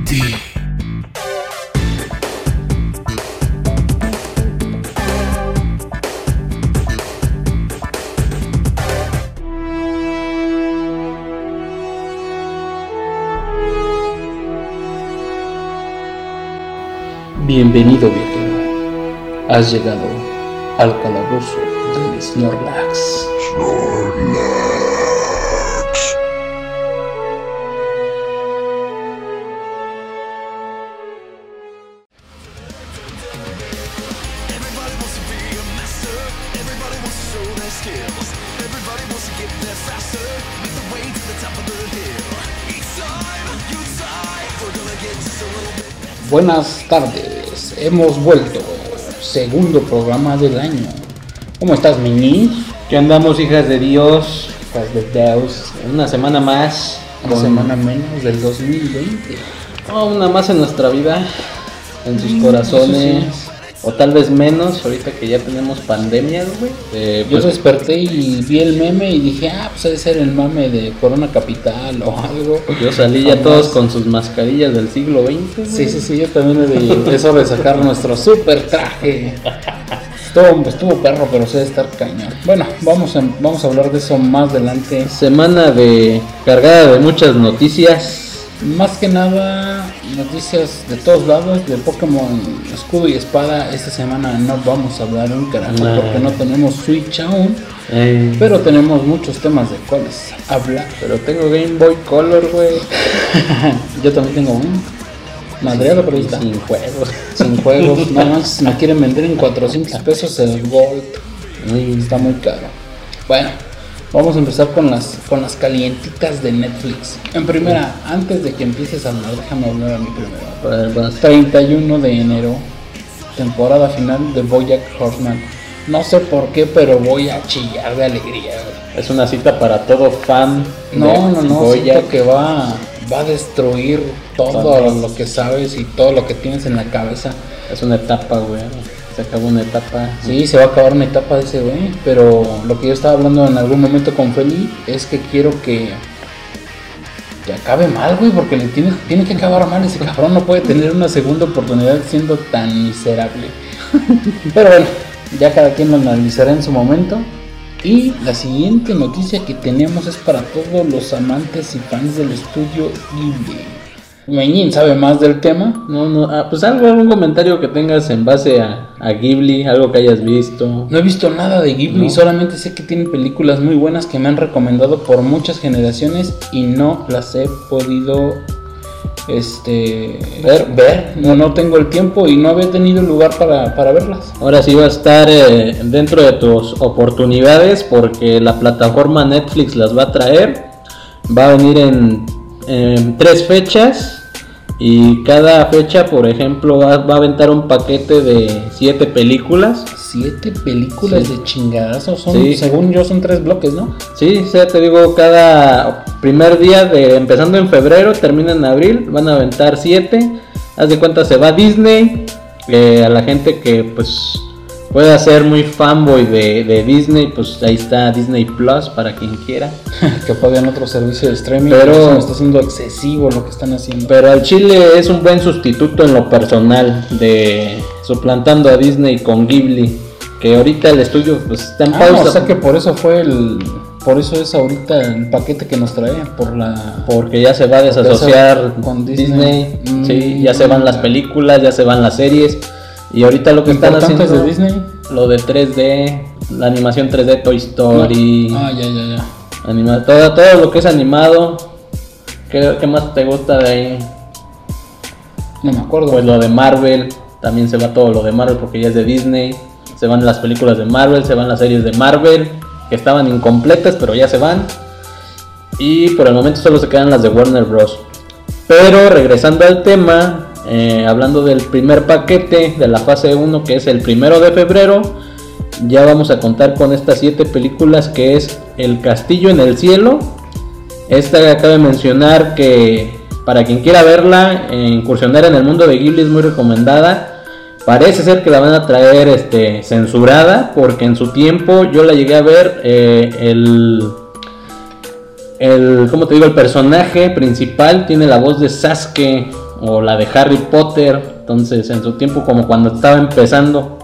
TFT. Bienvenido, viajero. Has llegado al calabozo del Snorlax. Buenas tardes, hemos vuelto. Segundo programa del año. ¿Cómo estás, Mini? ¿Qué andamos, hijas de Dios? Estás de Deus. Una semana más. Una con- semana menos del 2020. oh, una más en nuestra vida, en Mm, sus corazones. O tal vez menos, ahorita que ya tenemos pandemia, güey. Eh, Yo pues, desperté y vi el meme y dije, ah, pues debe ser el mame de Corona Capital o algo. yo salí ya Jamás. todos con sus mascarillas del siglo XX. güey. Sí, sí, sí, yo también le di eso de sacar nuestro super traje. Estuvo, estuvo perro, pero se debe estar cañón. Bueno, vamos a, vamos a hablar de eso más adelante. Semana de cargada de muchas noticias. Más que nada, noticias de todos lados, de Pokémon Escudo y Espada. Esta semana no vamos a hablar un carajo Nah. porque no tenemos Switch aún. Eh, Pero tenemos muchos temas de cuales hablar. pero tengo Game Boy Color, güey. Yo también tengo un madreado, pero ahí está. Sin juegos. Sin juegos, nada más me quieren vender en 400 pesos el Gold. Ay, Está muy caro. Bueno, vamos a empezar con las, con las calientitas de Netflix. En primera, antes de que empieces a hablar, déjame hablar a mí primero. a ver, vas. 31 de enero, temporada final de Boyack Horseman. No sé por qué, pero voy a chillar de alegría. güey. Es una cita para todo fan. de No, no, no, Bojack. siento que va, va a destruir todo Todo. lo que sabes y todo lo que tienes en la cabeza. Es una etapa, güey. Se acabó una etapa. Sí, se va a acabar una etapa de ese güey, pero lo que yo estaba hablando en algún momento con Feli es que quiero que, que acabe mal, güey, porque le tiene, tiene que acabar mal ese cabrón, no puede tener una segunda oportunidad siendo tan miserable. Pero bueno, ya cada quien lo analizará en su momento. Y la siguiente noticia que tenemos es para todos los amantes y fans del estudio Ghibli. Meñín sabe más del tema. No, no, ah, pues algo, algún comentario que tengas en base a, a Ghibli, algo que hayas visto. No he visto nada de Ghibli, No. solamente sé que tienen películas muy buenas que me han recomendado por muchas generaciones y no las he podido este ver, ver. No, no tengo el tiempo y no había tenido lugar para, para verlas. Ahora sí va a estar eh, dentro de tus oportunidades porque la plataforma Netflix las va a traer. Va a venir en, en tres fechas y cada fecha, por ejemplo, va, va a aventar un paquete de siete películas. Siete películas Sí. de chingadazos son, Sí. según yo, son tres bloques, ¿no? Sí, o sea, te digo, cada primer día de empezando en febrero, termina en abril, van a aventar siete. Haz de cuenta, se va a Disney. eh, a la gente que pues pueda ser muy fanboy de, de Disney, pues ahí está Disney Plus para quien quiera. que pagan otro servicio de streaming, Pero- pero eso me está siendo excesivo lo que están haciendo. Pero al Chile es un buen sustituto en lo personal de suplantando a Disney con Ghibli. Que ahorita el estudio pues está en Ah, pausa. o sea que por eso fue el. Por eso es ahorita el paquete que nos trae, por la. Porque ya se va a desasociar Con con Disney. Disney. Mm. Sí, ya se van las películas, ya se van las series. Y ahorita lo que están haciendo importantes es de Disney. lo de 3D, la animación 3D, Toy Story, Ah, ya, ya, ya. anima- todo, todo lo que es animado. ¿Qué, qué más te gusta de ahí? No me acuerdo. Pues lo de Marvel, también se va todo lo de Marvel porque ya es de Disney. Se van las películas de Marvel, se van las series de Marvel, que estaban incompletas, pero ya se van. Y por el momento solo se quedan las de Warner Bros. Pero regresando al tema, eh, hablando del primer paquete de la fase 1, que es el primero de febrero, ya vamos a contar con estas 7 películas que es El Castillo en el Cielo. Esta cabe mencionar que para quien quiera verla, eh, incursionar en el mundo de Ghibli es muy recomendada. Parece ser que la van a traer este, censurada porque en su tiempo yo la llegué a ver eh, el, El, ¿cómo te digo? El personaje principal tiene la voz de Sasuke o la de Harry Potter. Entonces, en su tiempo, como cuando estaba empezando,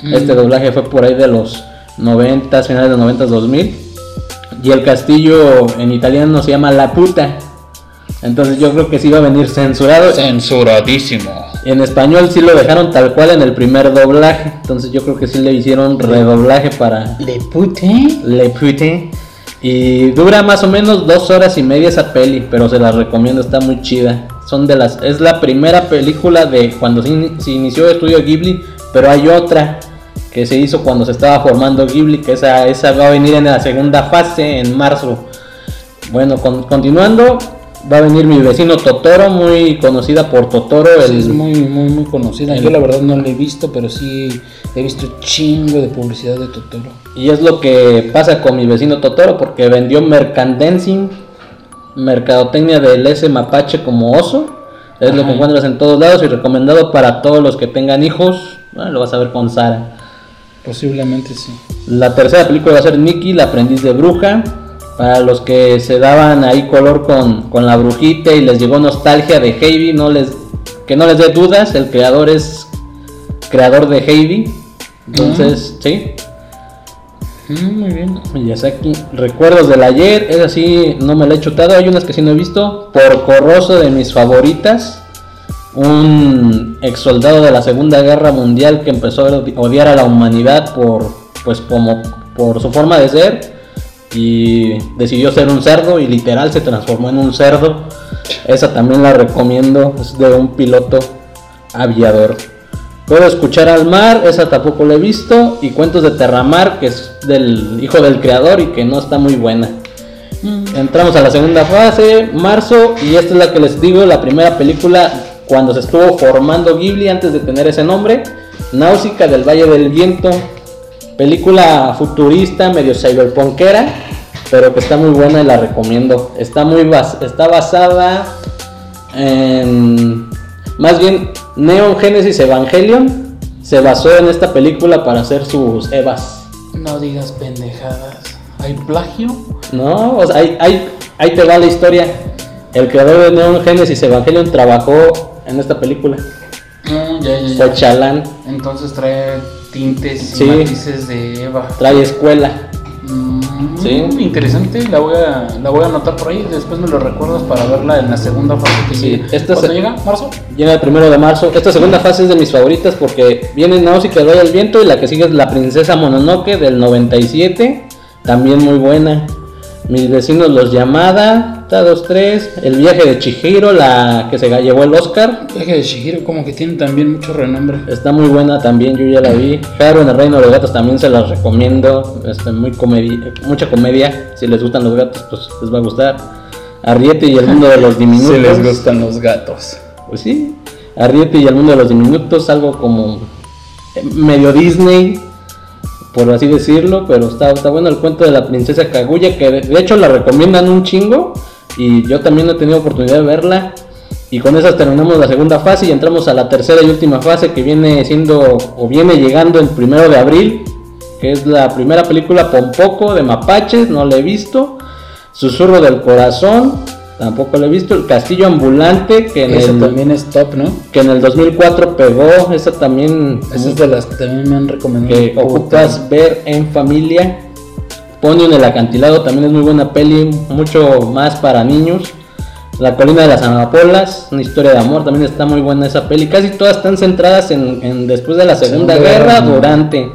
Mm. este doblaje fue por ahí de los 90, finales de los 90, 2000. Y el castillo en italiano se llama La Puta. Entonces, yo creo que sí iba a venir censurado. Censuradísimo. En español sí lo dejaron tal cual en el primer doblaje. Entonces, yo creo que sí le hicieron redoblaje para Le puté. le Putin. Y dura más o menos dos horas y media esa peli, pero se la recomiendo, está muy chida. Son de las, es la primera película de cuando se, in- se inició Estudio Ghibli, pero hay otra que se hizo cuando se estaba formando Ghibli, que esa, esa va a venir en la segunda fase en marzo. Bueno, con- continuando, va a venir mi vecino Totoro, muy conocida por Totoro, el, Es muy, muy, muy conocida. Yo la verdad no la he visto, pero sí he visto chingo de publicidad de Totoro. Y es lo que pasa con mi vecino Totoro, porque vendió mercandensing, mercadotecnia del S mapache como oso. Es lo Ajá. que encuentras en todos lados y recomendado para todos los que tengan hijos. Ah, lo vas a ver con Sara. Posiblemente sí. La tercera película va a ser Nikki, la aprendiz de bruja. Para los que se daban ahí color con, con la brujita y les llegó nostalgia de Heidi, no les, que no les dé dudas, el creador es creador de Heidi. Entonces, sí, Mm, muy bien. Miyazaki, recuerdos del ayer, es así, no me la he chutado, hay unas que sí no he visto, por corroso de mis favoritas, un ex soldado de la Segunda Guerra Mundial que empezó a odi- odiar a la humanidad por, pues como, por su forma de ser y decidió ser un cerdo y literal se transformó en un cerdo, esa también la recomiendo, es de un piloto aviador. Puedo escuchar al mar, esa tampoco la he visto. Y cuentos de Terramar, que es del hijo del creador y que no está muy buena. Entramos a la segunda fase, marzo, y esta es la que les digo, la primera película cuando se estuvo formando Ghibli antes de tener ese nombre, Náusica del Valle del Viento, película futurista, medio cyberpunkera, pero que está muy buena y la recomiendo. Está muy bas- está basada en Em, más bien Neon Genesis Evangelion se basó en esta película para hacer sus evas. No digas pendejadas. ¿Hay plagio? No, o sea, ahí, ahí- ahí te va la historia. El creador de Neon Genesis Evangelion trabajó en esta película. Mm, ya, ya, Fue ya. chalán, Entonces trae tintes y Sí. matices de Eva. trae escuela. Mm, Sí. Interesante, la voy, a, la voy a anotar por ahí. Después me lo recuerdas para verla en la segunda fase que Sí, sigue. esta ¿Cuándo se- llega? ¿Marzo? Llega el primero de marzo. Esta segunda fase es de mis favoritas porque viene Náusica del Valle del Viento y la que sigue es La Princesa Mononoke del 97. También muy buena. Mis vecinos Los Llamada, T23, El viaje de Chihiro, la que se llevó el Oscar. Viaje de Shihiro, como que tiene también mucho renombre. Está muy buena también, yo ya la vi. Pero en el Reino de los Gatos también se las recomiendo. Este, muy comedi- mucha comedia. Si les gustan los gatos, pues les va a gustar. Arriete y el mundo de los diminutos. los gatos. Pues sí. Arriete y el mundo de los diminutos, algo como eh, medio Disney, por así decirlo, pero está, está bueno el cuento de la princesa Kaguya, que de, de hecho la recomiendan un chingo, y yo también no he tenido oportunidad de verla. Y con esas terminamos la segunda fase y entramos a la tercera y última fase que viene siendo o viene llegando el primero de abril, que es la primera película Pompoco de Mapaches, no la he visto. Susurro del corazón, tampoco la he visto. El castillo ambulante, que en Esa el también es top, ¿no? que en el 2004 pegó, esa también Esa es de las que también me han recomendado. que Eh, ocupas ver en familia. Ponio en el acantilado también es muy buena peli, mucho más para niños. La colina de las amapolas, una historia de amor, también está muy buena esa peli. Casi todas están centradas en, en después de la Segunda, Segunda Guerra, Guerra, ¿no? durante.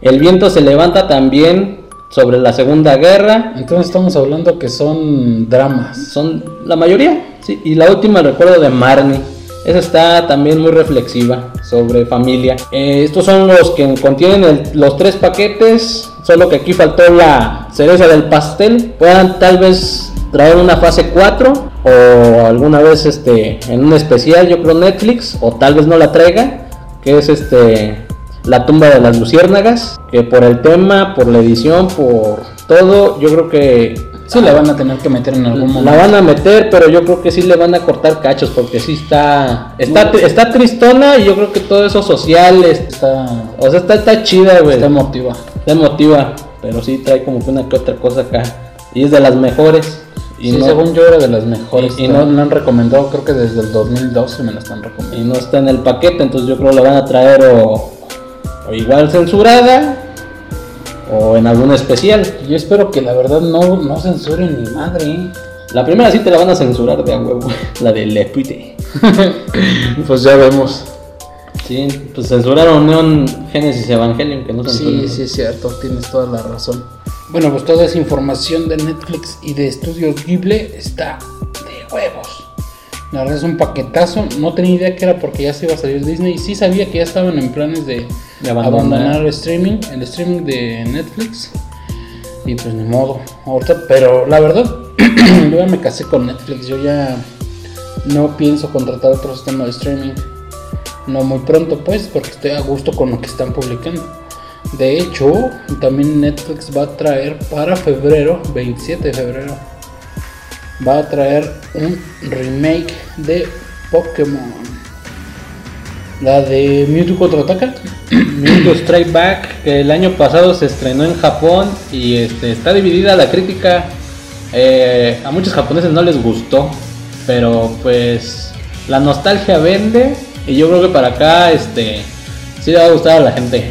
El viento se levanta también sobre la Segunda Guerra. Entonces estamos hablando que son dramas. Son la mayoría, sí. Y la última recuerdo de Marnie. Esa está también muy reflexiva sobre familia. Eh, estos son los que contienen el- los tres paquetes. Solo que aquí faltó la cereza del pastel. Puedan tal vez traer una fase 4 o alguna vez este en un especial, yo creo Netflix, o tal vez no la traiga, que es este la tumba de las luciérnagas, que por el tema, por la edición, por todo, yo creo que Sí, la van a tener que meter en algún momento. la van a meter, pero yo creo que sí le van a cortar cachos porque sí está está tri- está tristona y yo creo que todo eso social es- Está, o sea, está, está chida, güey. está Está emotiva. emotiva, pero sí trae como que una que otra cosa acá y es de las mejores. Y sí, no- según yo era de las mejores. y- Y, y no no- me han recomendado, creo que desde el 2012 me la están recomendando. y no está en el paquete, entonces yo creo que la van a traer o, o igual censurada o en algún especial. Yo espero que la verdad no, no censuren ni madre. ¿eh? La primera sí te la van a censurar de a huevo, la de Le Pute. Pues ya vemos. Sí, pues censuraron Neon Genesis Evangelion, que no censuran. Sí, sí, es cierto, tienes toda la razón. Bueno, pues toda esa información de Netflix y de estudios Ghibli está de huevos. La verdad es un paquetazo. No tenía idea que era porque ya se iba a salir Disney. Sí sabía que ya estaban en planes de, De abandonar. abandonar. el streaming, el streaming de Netflix. Y pues ni modo. Ahorita, pero la verdad, yo ya me casé con Netflix. Yo ya no pienso contratar otro sistema de streaming. No muy pronto, pues, porque estoy a gusto con lo que están publicando. De hecho, también Netflix va a traer para febrero, 27 de febrero, va a traer un remake de Pokémon. La de Mewtwo contraataca. Mewtwo Strike Back, que el año pasado se estrenó en Japón y este, está dividida la crítica. Eh, a muchos japoneses no les gustó, pero pues la nostalgia vende y yo creo que para acá este, sí le va a gustar a la gente.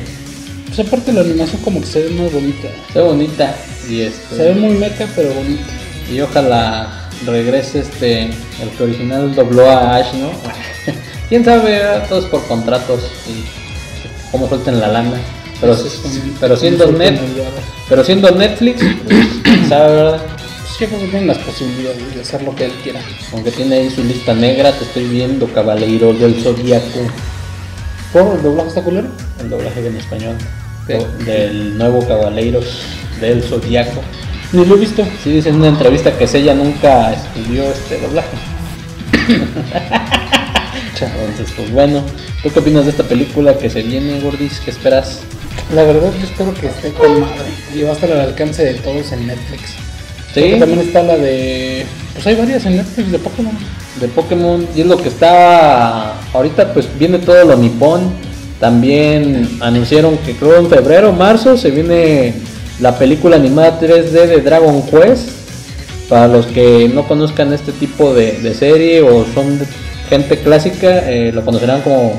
Pues aparte la animación como que se ve muy bonita. Está bonita y, Se ve este, muy meca pero bonita. y ojalá regrese este, el que original dobló a Ash, ¿no? Quién sabe, ¿verdad? todos por contratos y cómo suelten la lana. Pero, Exactamente. pero siendo Muy net, familiar. Pero siendo Netflix, pues, sabe, ¿verdad? Pues yo creo que tienen las posibilidades de hacer lo que él quiera. Aunque tiene ahí su lista negra, te estoy viendo, Caballero del Zodíaco. ¿Por el doblaje está culero? El doblaje en español. Sí. o- Del nuevo Caballero del Zodíaco. Ni lo he visto. Sí, dice en una entrevista que Sella nunca estudió este doblaje. Entonces, pues bueno, ¿tú qué opinas de esta película que se viene, Gordis? ¿Qué esperas? La verdad yo espero que esté con madre. Y va a estar al alcance de todos en Netflix. Sí, Porque También está la de... Pues hay varias en Netflix de Pokémon. de Pokémon y es lo que está ahorita pues viene todo lo nipón también anunciaron que creo en febrero marzo se viene la película animada 3D de Dragon Quest para los que no conozcan este tipo de, de serie o son de gente clásica eh, lo conocerán como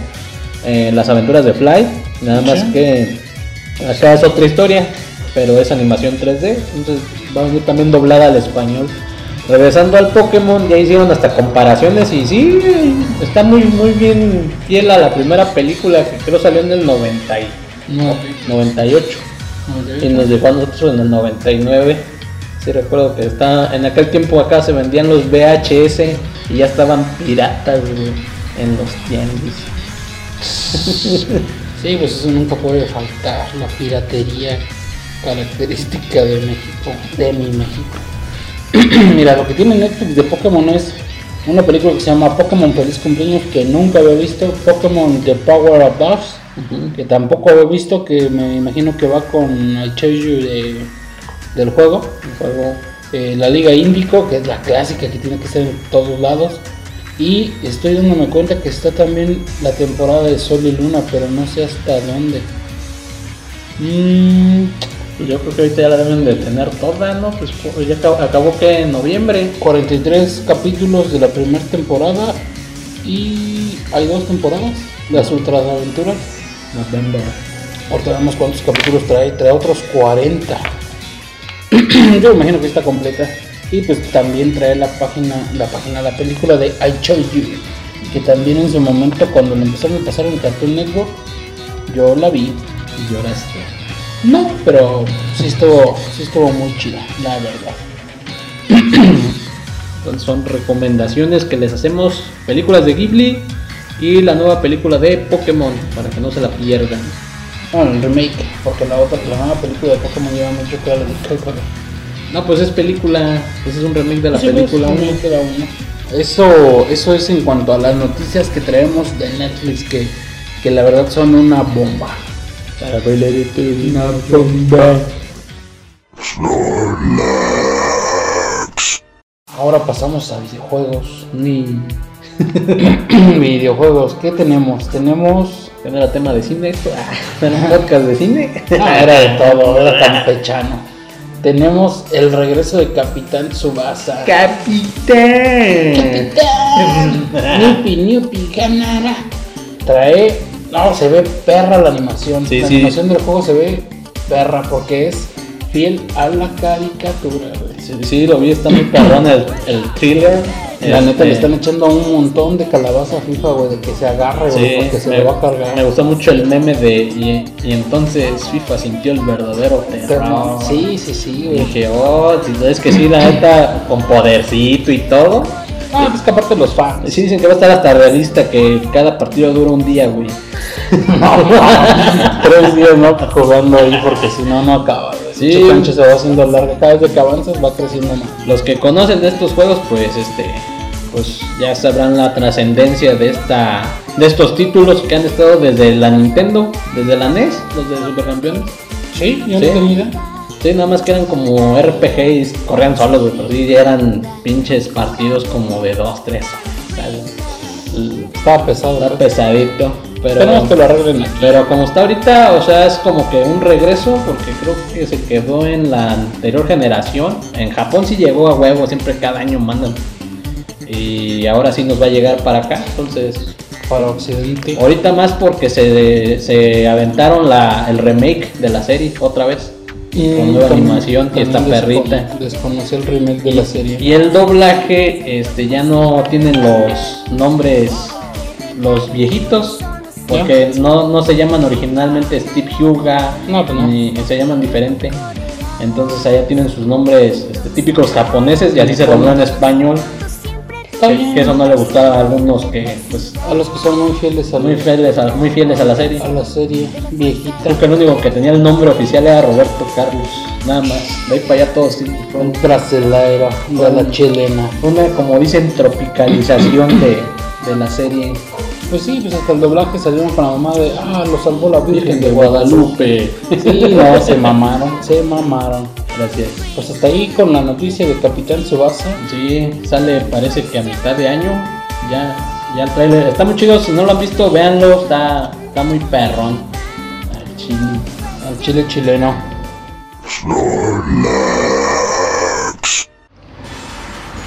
eh, las aventuras de Fly nada más Sí. que acá es otra historia pero es animación 3D entonces va a venir también doblada al español Regresando al Pokémon, ya hicieron hasta comparaciones y sí, está muy muy bien fiel a la primera película que creo salió en el 90 y No, 98 y nos dejó a nosotros en el 99. Si recuerdo que está en aquel tiempo acá se vendían los VHS y ya estaban piratas güey, en los tianguis. Sí, pues eso nunca puede faltar, la piratería característica de México, de mi México. Mira, lo que tiene Netflix de Pokémon es una película que se llama Pokémon Feliz Cumpleaños que nunca había visto, Pokémon The Power of Us, que tampoco había visto, que me imagino que va con el Cheju de, del juego. Un juego Eh, la Liga Índico, que es la clásica que tiene que estar en todos lados. Y estoy dándome cuenta que está también la temporada de Sol y Luna, pero no sé hasta dónde. Mm, pues, Yo creo que ahorita ya la deben de tener toda, ¿no? Pues po- ya acab- acabó que en noviembre. 43 capítulos de la primera temporada y hay dos temporadas, las Ultras Aventuras. Noviembre. Ahorita vemos cuántos capítulos trae, trae otros 40. Yo imagino que está completa. Y pues también trae la página, la página, la película de I Chose You. Que también en su momento cuando la empezaron a pasar en Cartoon Network, yo la vi. Y lloraste. No, pero sí estuvo, sí estuvo muy chida, la verdad. Entonces son recomendaciones que les hacemos, películas de Ghibli y la nueva película de Pokémon, para que no se la pierdan. Bueno, el remake, porque la otra, la nueva película de Pokémon lleva mucho que era la de Caico. No, pues es película, ese es un remake de la pues, película uno. Eso, eso es en cuanto a las noticias que traemos de Netflix, que, que la verdad son una bomba. Una bomba. Ahora pasamos a videojuegos. Ni videojuegos, ¿qué tenemos? Tenemos. ¿qué no era tema de cine esto, ah, era un podcast de cine. Ah, era de todo, era campechano. Tenemos el regreso de Capitán Subasa. Capitán. Capitán. Nipi, Nipi, ganara. Trae. No, se ve perra la animación. Sí, la sí. animación del juego se ve perra porque es fiel a la caricatura, güey. Sí, sí, lo vi, está muy perrón el, el thriller. La neta le Este, están echando un montón de calabaza FIFA, güey, de que se agarre, güey, Sí, porque se me, le va a cargar. me gustó mucho el meme de y, y entonces FIFA sintió el verdadero Pero- terror. sí, sí, sí, Y güey. dije, oh, si- es que sí, la neta, con podercito y todo. Ah, pues que aparte los Y fans. Sí dicen que va a estar hasta realista, que cada partido dura un día, güey. No, tres días, ¿no? Jugando ahí, porque si no, no acaba, güey. Sí. Sí, cancha se va haciendo larga. Cada vez que avanzas va creciendo más. Los que conocen de estos juegos, pues este, pues ya sabrán la trascendencia de esta, de estos títulos que han estado desde la Nintendo, desde la NES, los de Supercampeones. Sí, yo Sí. no tenía. Sí, nada más que eran como RPG y corrían solos, güey, pero sí eran pinches partidos como de 2, 3. Estaba pesado. Está ¿verdad? pesadito, pero... Esperemos que lo arreglen aquí. Pero como está ahorita, o sea, es como que un regreso, porque creo que se quedó en la anterior generación. En Japón sí llegó a huevo, siempre cada año mandan. Y ahora sí nos va a llegar para acá, entonces. Para Occidente. Ahorita más porque se, se aventaron la, el remake de la serie otra vez. con nueva también- animación y también esta descono- perrita. Desconocí el remake de la serie. Y el doblaje, este, ya no tienen los nombres, los viejitos, porque no, no se llaman originalmente Steve Hyuga, No, pues no. ni- se llaman diferente. Entonces allá tienen sus nombres este, típicos japoneses y así se dobló en español. Está Que, bien. que eso no le gustaba a algunos que, pues, A los que son muy fieles a, muy fieles a, muy fieles a la serie. a la serie viejita. Creo que el único que tenía el nombre oficial era Roberto Carlos, nada más. De ahí para allá todos sí, fueron Un brasileiro de la chilena. Una, como dicen, tropicalización de, de la serie Pues sí, pues hasta el doblaje salieron con la mamá de Ah, lo salvó la Virgen de Guadalupe. Guadalupe. Sí, no, se mamaron, se mamaron. Gracias. Pues hasta ahí con la noticia de Capitán Subasa. Sí, sale parece que a mitad de año. Ya, ya el trailer. Está muy chido, si no lo han visto, véanlo. Está, está muy perrón. Al chile. Al chile chileno.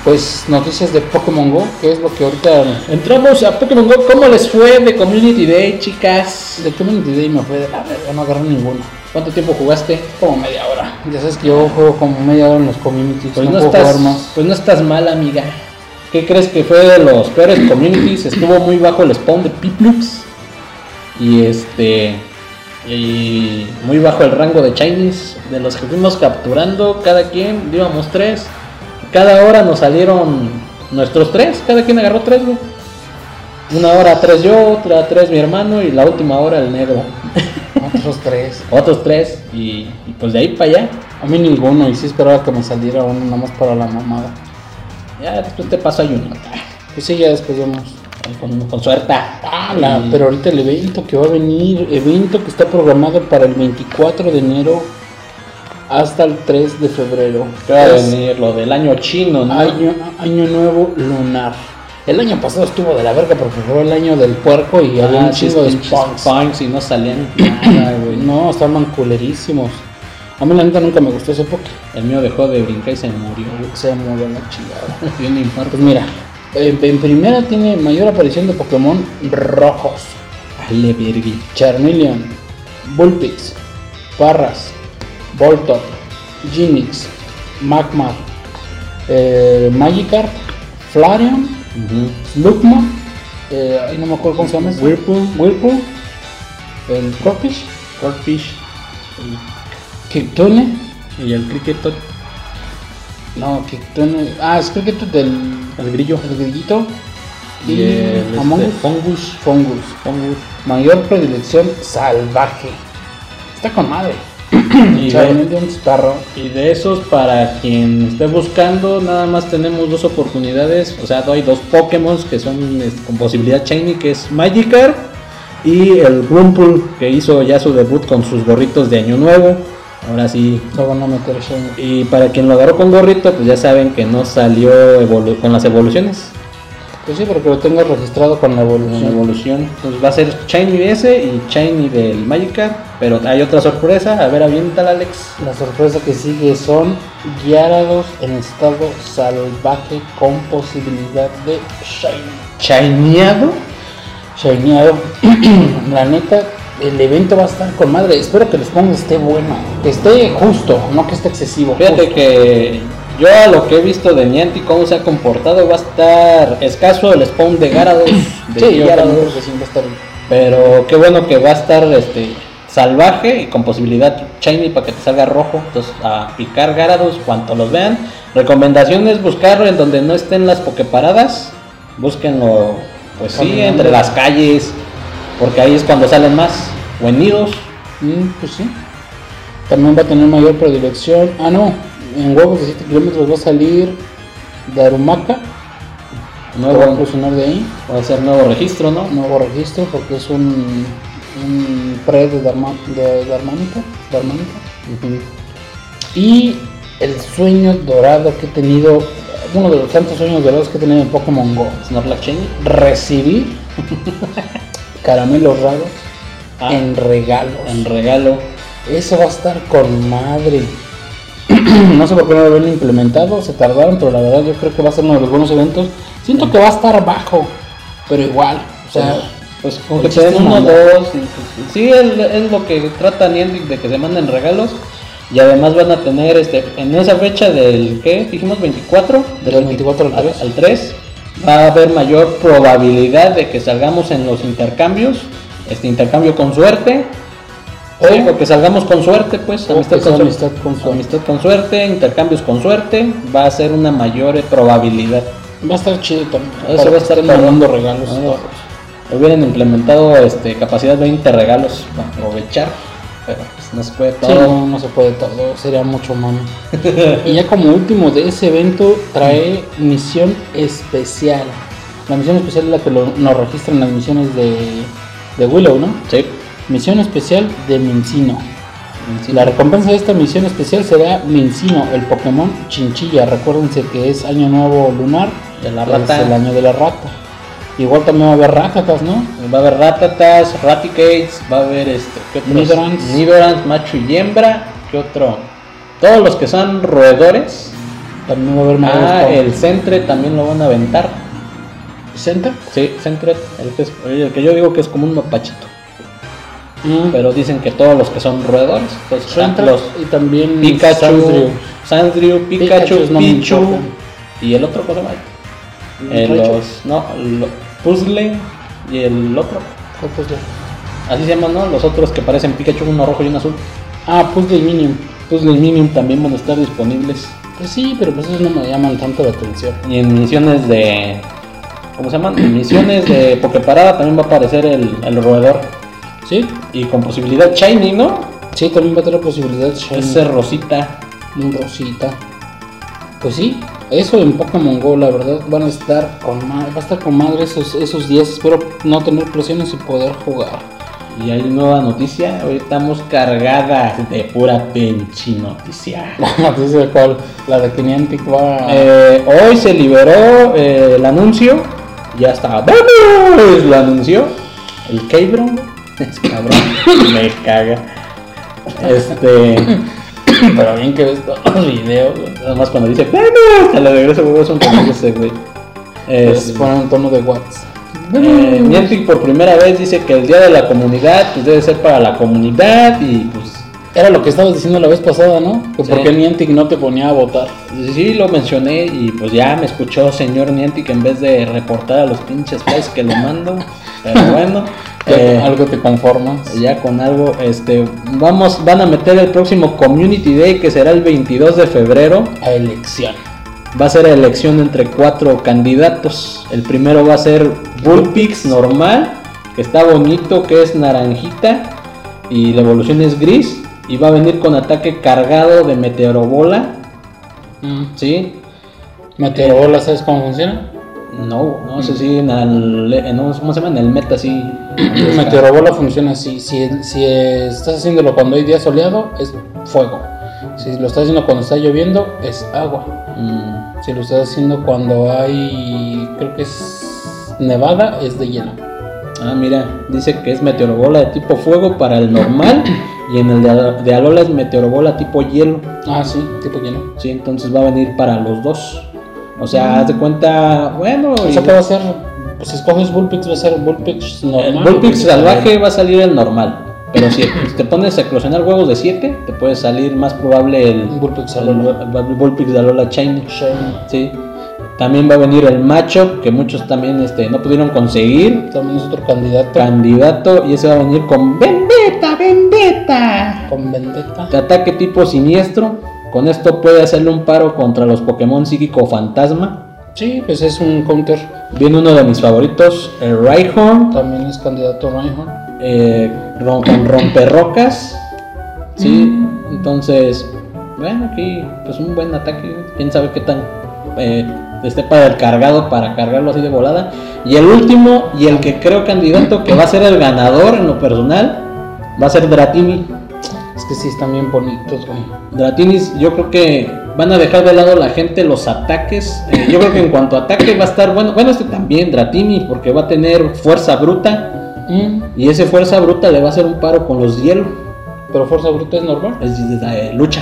Pues noticias de Pokémon Go, que es lo que ahorita Entramos a Pokémon GO. ¿Cómo les fue de Community Day, chicas? De Community Day me fue de la verga, no agarré ninguno. ¿Cuánto tiempo jugaste? Como media hora. Ya sabes que yo juego como media hora en los communities. Pues no, no, puedo estás, jugar más. pues no estás mal, amiga. ¿Qué crees que fue de los peores communities? Estuvo muy bajo el spawn de Piplux. Y este. Y muy bajo el rango de Chinese. De los que fuimos capturando, cada quien, íbamos tres. Cada hora nos salieron nuestros tres. Cada quien agarró tres, güey. Una hora tres yo, otra tres mi hermano y la última hora el negro. Otros tres. Otros tres. Y, y pues de ahí para allá. A mí ninguno, y sí esperaba que me saliera uno nada más para la mamada. Ya después te paso a Junata. Pues sí, ya después vemos. Con, con suerte. Ah, la- pero ahorita el evento que va a venir, evento que está programado para el 24 de enero hasta el 3 de febrero. Que va a Es venir lo del año chino, ¿no? año, año nuevo lunar. El año pasado estuvo de la verga porque fue el año del puerco y había Ah, un sí, chingo de pinches punks. punks y no salían nada, güey. No, estaban culerísimos. A mí la neta nunca me gustó ese poke. El mío dejó de brincar y se murió, güey. Se murió la chingada. Dio un infarto. Pues mira, en, en primera tiene mayor aparición de Pokémon rojos. Dale, virgui. Charmeleon, Bullpix, Parras, Voltop, Ginix, Magmar, eh, Magikarp, Flareon, Slugma, eh, ay, no me acuerdo cómo se llama ese. Whirlpool. Whirlpool, el Cropish, Swordfish. Kiptune, Y el cricket, no, Kiptune, ah, es creo que esto es del el grillo. El grillito y, Y el Among este, Us. fungus. Fungus. Fungus. Mayor predilección salvaje. Está con madre. Y de, Charmeleon es perro. y de esos, para quien esté buscando, nada más tenemos dos oportunidades. O sea, hay dos Pokémon que son es, con posibilidad shiny, que es Magikarp y el Grumpool, que hizo ya su debut con sus gorritos de Año Nuevo. Ahora sí, Lo van a meter Shiny. Y para quien lo agarró con gorrito, pues ya saben que no salió evolu- con las evoluciones. Pues sí, pero que lo tengo registrado con la en evolución. evolución. Entonces va a ser Shiny ese y Shiny del Magikarp. Pero hay otra sorpresa. A ver, aviéntala, Alex. La sorpresa que sigue son Gyarados en estado salvaje con posibilidad de Shiny. ¿Shineado? Shineado. la neta, el evento va a estar con madre. Espero que les ponga esté bueno. Que esté justo, no que esté excesivo. Fíjate justo. que yo a lo que he visto de Niantic, cómo se ha comportado, va a estar escaso el spawn de Gyarados. de Sí, yo Gyarados, también creo que sí va a estar Pero qué bueno que va a estar este salvaje y con posibilidad shiny para que te salga rojo. Entonces, a picar Gyarados cuanto los vean. Recomendaciones, buscarlo en donde no estén las pokeparadas. Búsquenlo, pues sí, Caminando. entre las calles, porque ahí es cuando salen más. O en nidos. Mm, pues sí. También va a tener mayor predilección. Ah, no. En huevos de 7 kilómetros va a salir Darumaka. No va a Nuevo, funcionar de ahí. va a ser nuevo registro, ¿no? Nuevo registro porque es un, un pre de, Dharma, de Darmanica, Darmanica. Y el sueño dorado que he tenido, uno de los tantos sueños dorados que he tenido en Pokémon Go. Snorlax shiny. Recibir caramelos raros Ah, en regalos. en regalo. Eso va a estar con madre. no sé por qué no lo habían implementado, se tardaron, pero la verdad yo creo que va a ser uno de los buenos eventos. Siento que va a estar bajo, pero igual. O sea, Pues con que El te den chiste es uno, mandar. dos. y, pues, Sí, es, es lo que trata Niantic de que se manden regalos. Y además van a tener este en esa fecha del que dijimos 24, Del 24 al 3. al 3, va a haber mayor probabilidad de que salgamos en los intercambios. Este intercambio con suerte. O- Sí, o que salgamos con suerte, pues. o que sea amistad con suerte. Amistad con suerte, intercambios con suerte. Va a ser una mayor eh, probabilidad. va a estar chido también. Eso Para va a estar que estén mandando bueno. regalos. Ah, y todo. Hubieran implementado este, capacidad de 20 regalos para aprovechar, pero pues no se puede Sí, todo. no, no se puede todo, sería mucho mami. y ya como último de ese evento trae misión especial. La misión especial es la que lo- nos registran las misiones de, de Willow, ¿no? Sí. Misión especial de Mincino. sí. La recompensa de esta misión especial será Mincino, el Pokémon Chinchilla. Recuérdense que es Año Nuevo Lunar, De la es rata. el año de la rata. Igual también va a haber ratas, ¿no? Va a haber Ratatas, Raticates, va a haber este, ¿qué otros? Nidorans. Nidorans, Macho y Hembra, ¿qué otro? Todos los que son roedores. También va a haber Ah, magos el Centre también lo van a aventar. con- Senta. Sí, Centre, el que, es- el que yo digo que es como un mapachito. Mm, Pero dicen que todos los que son roedores, pues Senta los y también Pikachu, Sandrew. Sandrew, Pikachu, Pikachu no me Pichu importan. y el otro cosa más. Eh, Raichu. los no, lo- Puzzle y el otro. ¿Cuál puzzle? Así se llaman, ¿no? Los otros que parecen Pikachu, uno rojo y uno azul. Ah, Puzzle Minion. Puzzle y Minion también van a estar disponibles Pues sí, pero pues esos no me llaman tanto la atención. y en misiones de ¿cómo se llaman? En misiones de Pokeparada también va a aparecer el, el roedor ¿Sí? y con posibilidad shiny, ¿no? Sí, también va a tener posibilidad Shiny. Ese rosita. un Rosita. Pues sí, eso en Pokémon Go, la verdad, van a estar con madre, va a estar con madre esos, esos días. Espero no tener presiones y poder jugar. Y hay nueva noticia, hoy estamos cargadas de pura pinche noticia. Dice cuál, la de Kinetic va. Eh, hoy se liberó eh, el anuncio. Ya está. ¡Vamos! Lo anunció. El Cabron. Es cabrón. Me caga. Este. pero bien que ves todos los videos. güey. Nada más cuando dice ¡Vamos! Te lo regreso, güey. Es un pendejo ese, güey. Les Es- ponen un tono de Watts. eh, Niantic por primera vez dice que el día de la comunidad pues debe ser para la comunidad y pues Era lo que estabas diciendo la vez pasada, ¿no? Que Sí. por qué Niantic no te ponía a votar. Sí, lo mencioné y pues ya me escuchó señor Niantic en vez de reportar a los pinches plays que le mando. Pero bueno, Ya eh, con algo te conformas. ya con algo, este, vamos, van a meter el próximo Community Day que será el 22 de febrero. A elección. Va a ser elección entre cuatro candidatos. El primero va a ser Bullpix normal, que está bonito, que es naranjita y la evolución es gris. Y va a venir con ataque cargado de meteorobola, Mm. ¿sí? Meteorola, ¿sabes cómo funciona? No, no sé si en el, en un- ¿cómo se llama? En el meta sí. Meteorobola funciona así. Si, si estás haciéndolo cuando hay día soleado, es fuego. Si lo estás haciendo cuando está lloviendo, es agua. Mm, Si lo estás haciendo cuando hay. Creo que es. Nevada es de hielo. Ah, mira, dice que es meteorobola de tipo fuego para el normal y en el de, Al- de Alola es meteorobola tipo hielo. Ah, sí, tipo hielo. Sí, entonces va a venir para los dos. O sea, haz de cuenta, bueno, O y- sea, ¿qué va a ser? Pues si escoges Bullpix, va a ser Eh, Bullpix el normal. Bullpix salvaje va a salir el normal. Pero si te pones a eclosionar huevos de 7, te puede salir más probable el, Un Bullpix el- Alola. el Bullpix de Alola Chain. Shiny. Sí. También va a venir el matchup que muchos también este, no pudieron conseguir. También es otro candidato Candidato, y ese va a venir con Vendetta, Vendetta. con vendetta. De ataque tipo siniestro. Con esto puede hacerle un paro contra los Pokémon psíquico fantasma. Sí, pues es un counter. Viene uno de mis favoritos, el Rhyhorn, También es candidato Reinhardt. eh, rom- con romperrocas. Sí, entonces, bueno, aquí pues un buen ataque. Quién sabe qué tan eh, esté para el cargado, para cargarlo así de volada. Y el último, y el que creo candidato que va a ser el ganador en lo personal, va a ser Dratini. Es que sí están bien bonitos, güey. Dratinis, yo creo que van a dejar de lado la gente los ataques. Eh, yo creo que en cuanto a ataque va a estar bueno. Bueno, este también, Dratini, porque va a tener fuerza bruta. Mm, Y ese fuerza bruta le va a hacer un paro con los hielos. Pero Fuerza Bruta es normal. Es eh, lucha.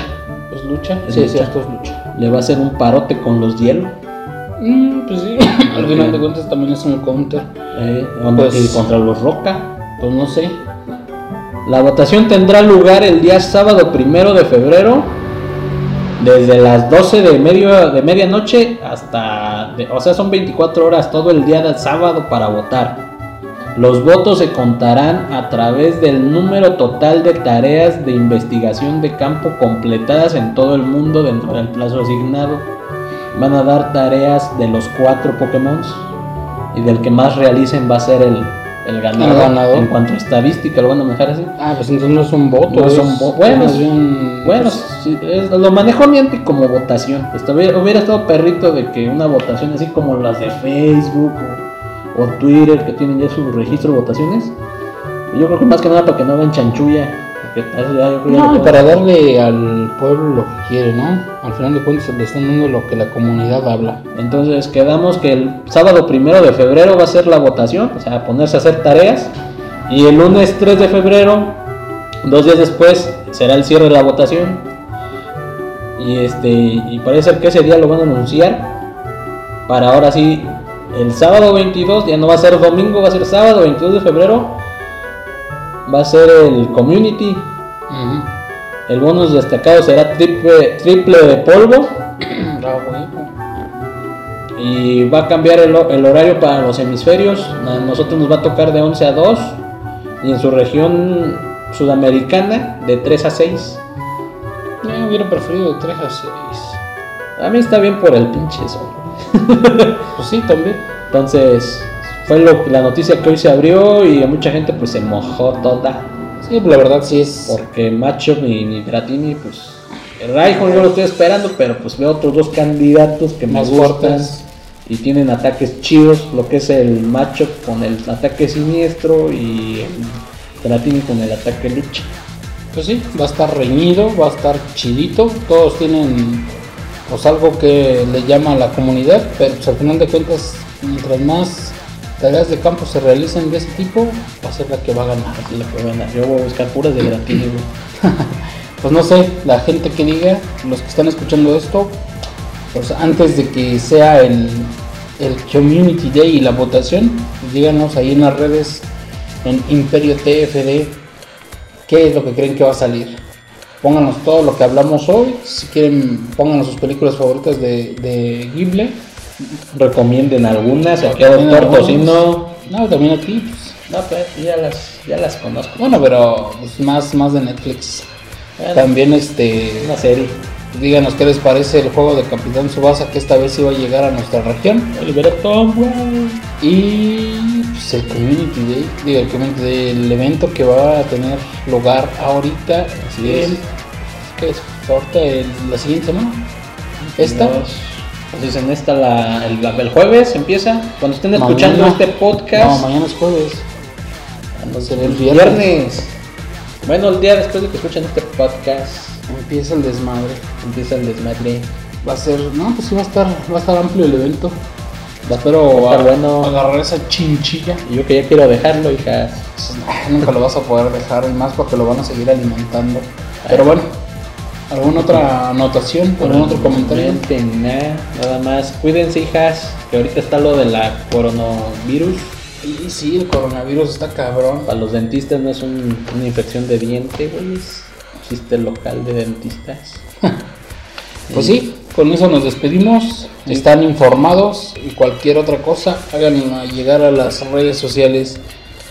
Es lucha. Es sí, lucha. es cierto, es lucha. Le va a hacer un parote con los hielos. Mm, pues sí. Al final de cuentas también es un counter. Eh, vamos Pues- a ir contra los roca. Pues no sé. La votación tendrá lugar el día sábado primero de febrero. Desde las 12 de, medio, de medianoche hasta... de- o sea, son 24 horas todo el día del sábado para votar. Los votos se contarán a través del número total de tareas de investigación de campo completadas en todo el mundo dentro del plazo asignado. Van a dar tareas de los cuatro Pokémon y del que más realicen va a ser el, el ganador. ganador. En cuanto a estadística, lo van a manejar así. Ah, pues entonces no es un voto. No es un vo- bueno, es un. pues, Bueno, sí, es- lo manejó Niantic como votación. Esto hubiera, hubiera estado perrito de que una votación así como las de Facebook o, o Twitter que tienen ya su registro de votaciones. Yo creo que más que nada para que no hagan chanchulla. porque eso ya yo creo que ya No, y lo- para darle al pueblo lo que quiere, ¿no? Al final de cuentas le están dando lo que la comunidad habla. Entonces quedamos que el sábado primero de febrero va a ser la votación, o sea, ponerse a hacer tareas. Y el lunes 3 de febrero, dos días después, será el cierre de la votación. Y este, y parece ser que ese día lo van a anunciar. Para ahora sí, el sábado 22, ya no va a ser domingo, va a ser sábado 22 de febrero. Va a ser el community. Ajá. El bonus destacado será triple, triple de polvo. Ah, Y va a cambiar el, ho- el horario para los hemisferios. A nosotros nos va a tocar de 11 a 2. Y en su región sudamericana de 3 a 6. Yo hubiera preferido 3 a 6. A mí está bien por el pinche sol. Pues sí, también. Entonces, fue lo, la noticia que hoy se abrió y a mucha gente pues se mojó toda. Sí, la verdad sí es. Porque Macho ni, ni Dratini, pues... El Raikon yo lo estoy esperando, pero pues veo otros dos candidatos que me Más gustan. fuertes. y tienen ataques chidos, lo que es el macho con el ataque siniestro y el Dratini con el ataque lucha. Pues sí, va a estar reñido, va a estar chidito. Todos tienen pues algo que le llama a la comunidad, pero pues, al final de cuentas, mientras más tareas de campo se realicen de ese tipo, va a ser la que va a ganar. Así lo que van a- Yo voy a buscar puras de Dratini, güey. Pues no sé, la gente que diga, los que están escuchando esto, pues antes de que sea el, el Community Day y la votación, pues, díganos ahí en las redes, en Imperio TFD, qué es lo que creen que va a salir. Pónganos todo lo que hablamos hoy, si quieren pónganos sus películas favoritas de, de Ghibli. Recomienden algunas, aquí a Doctor Algunos. Tocino. No, también aquí, pues, No, pues ya las, ya las conozco. bueno, pero pues, más, más de Netflix. Bueno, También este... una serie. Díganos qué les parece el juego de Capitán Subasa que esta vez iba a llegar a nuestra región. Oliver Tom, güey. Y pues, el Community Day, digo, el Community Day, el evento que va a tener lugar ahorita. Así en- es. ¿Qué es? Ahorita el- la siguiente semana. ¿Esta? Dos. Entonces en esta la, el, el jueves empieza. Cuando estén Mañana. escuchando este podcast. No, mañana es jueves. Entonces el viernes, Viernes. Bueno, el día después de que escuchen este podcast, empieza el desmadre. empieza el desmadre. Va a ser, no, pues sí va a estar, va a estar amplio el evento. La espero Está a- bueno. agarrar esa chinchilla. Y yo que ya quiero dejarlo, hija. Ay, nunca lo vas a poder dejar y más porque lo van a seguir alimentando. Pero bueno, ¿alguna otra anotación? Por ¿Algún el otro comentario? momento, Nada, nada más. Cuídense, hijas, que ahorita está lo de la coronavirus. Y sí, el coronavirus está cabrón. Para los dentistas no es un- una infección de diente, güey. Es chiste local de dentistas. Pues sí, con eso nos despedimos. Están informados y cualquier otra cosa, háganla llegar a las redes sociales.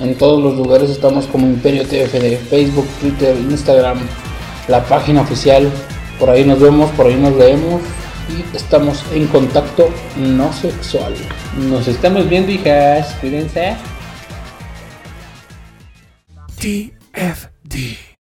En todos los lugares estamos como Imperio TFD, Facebook, Twitter, Instagram, la página oficial. Por ahí nos vemos, por ahí nos leemos y estamos en contacto no sexual. Nos estamos viendo, hijas. Cuídense. TFD.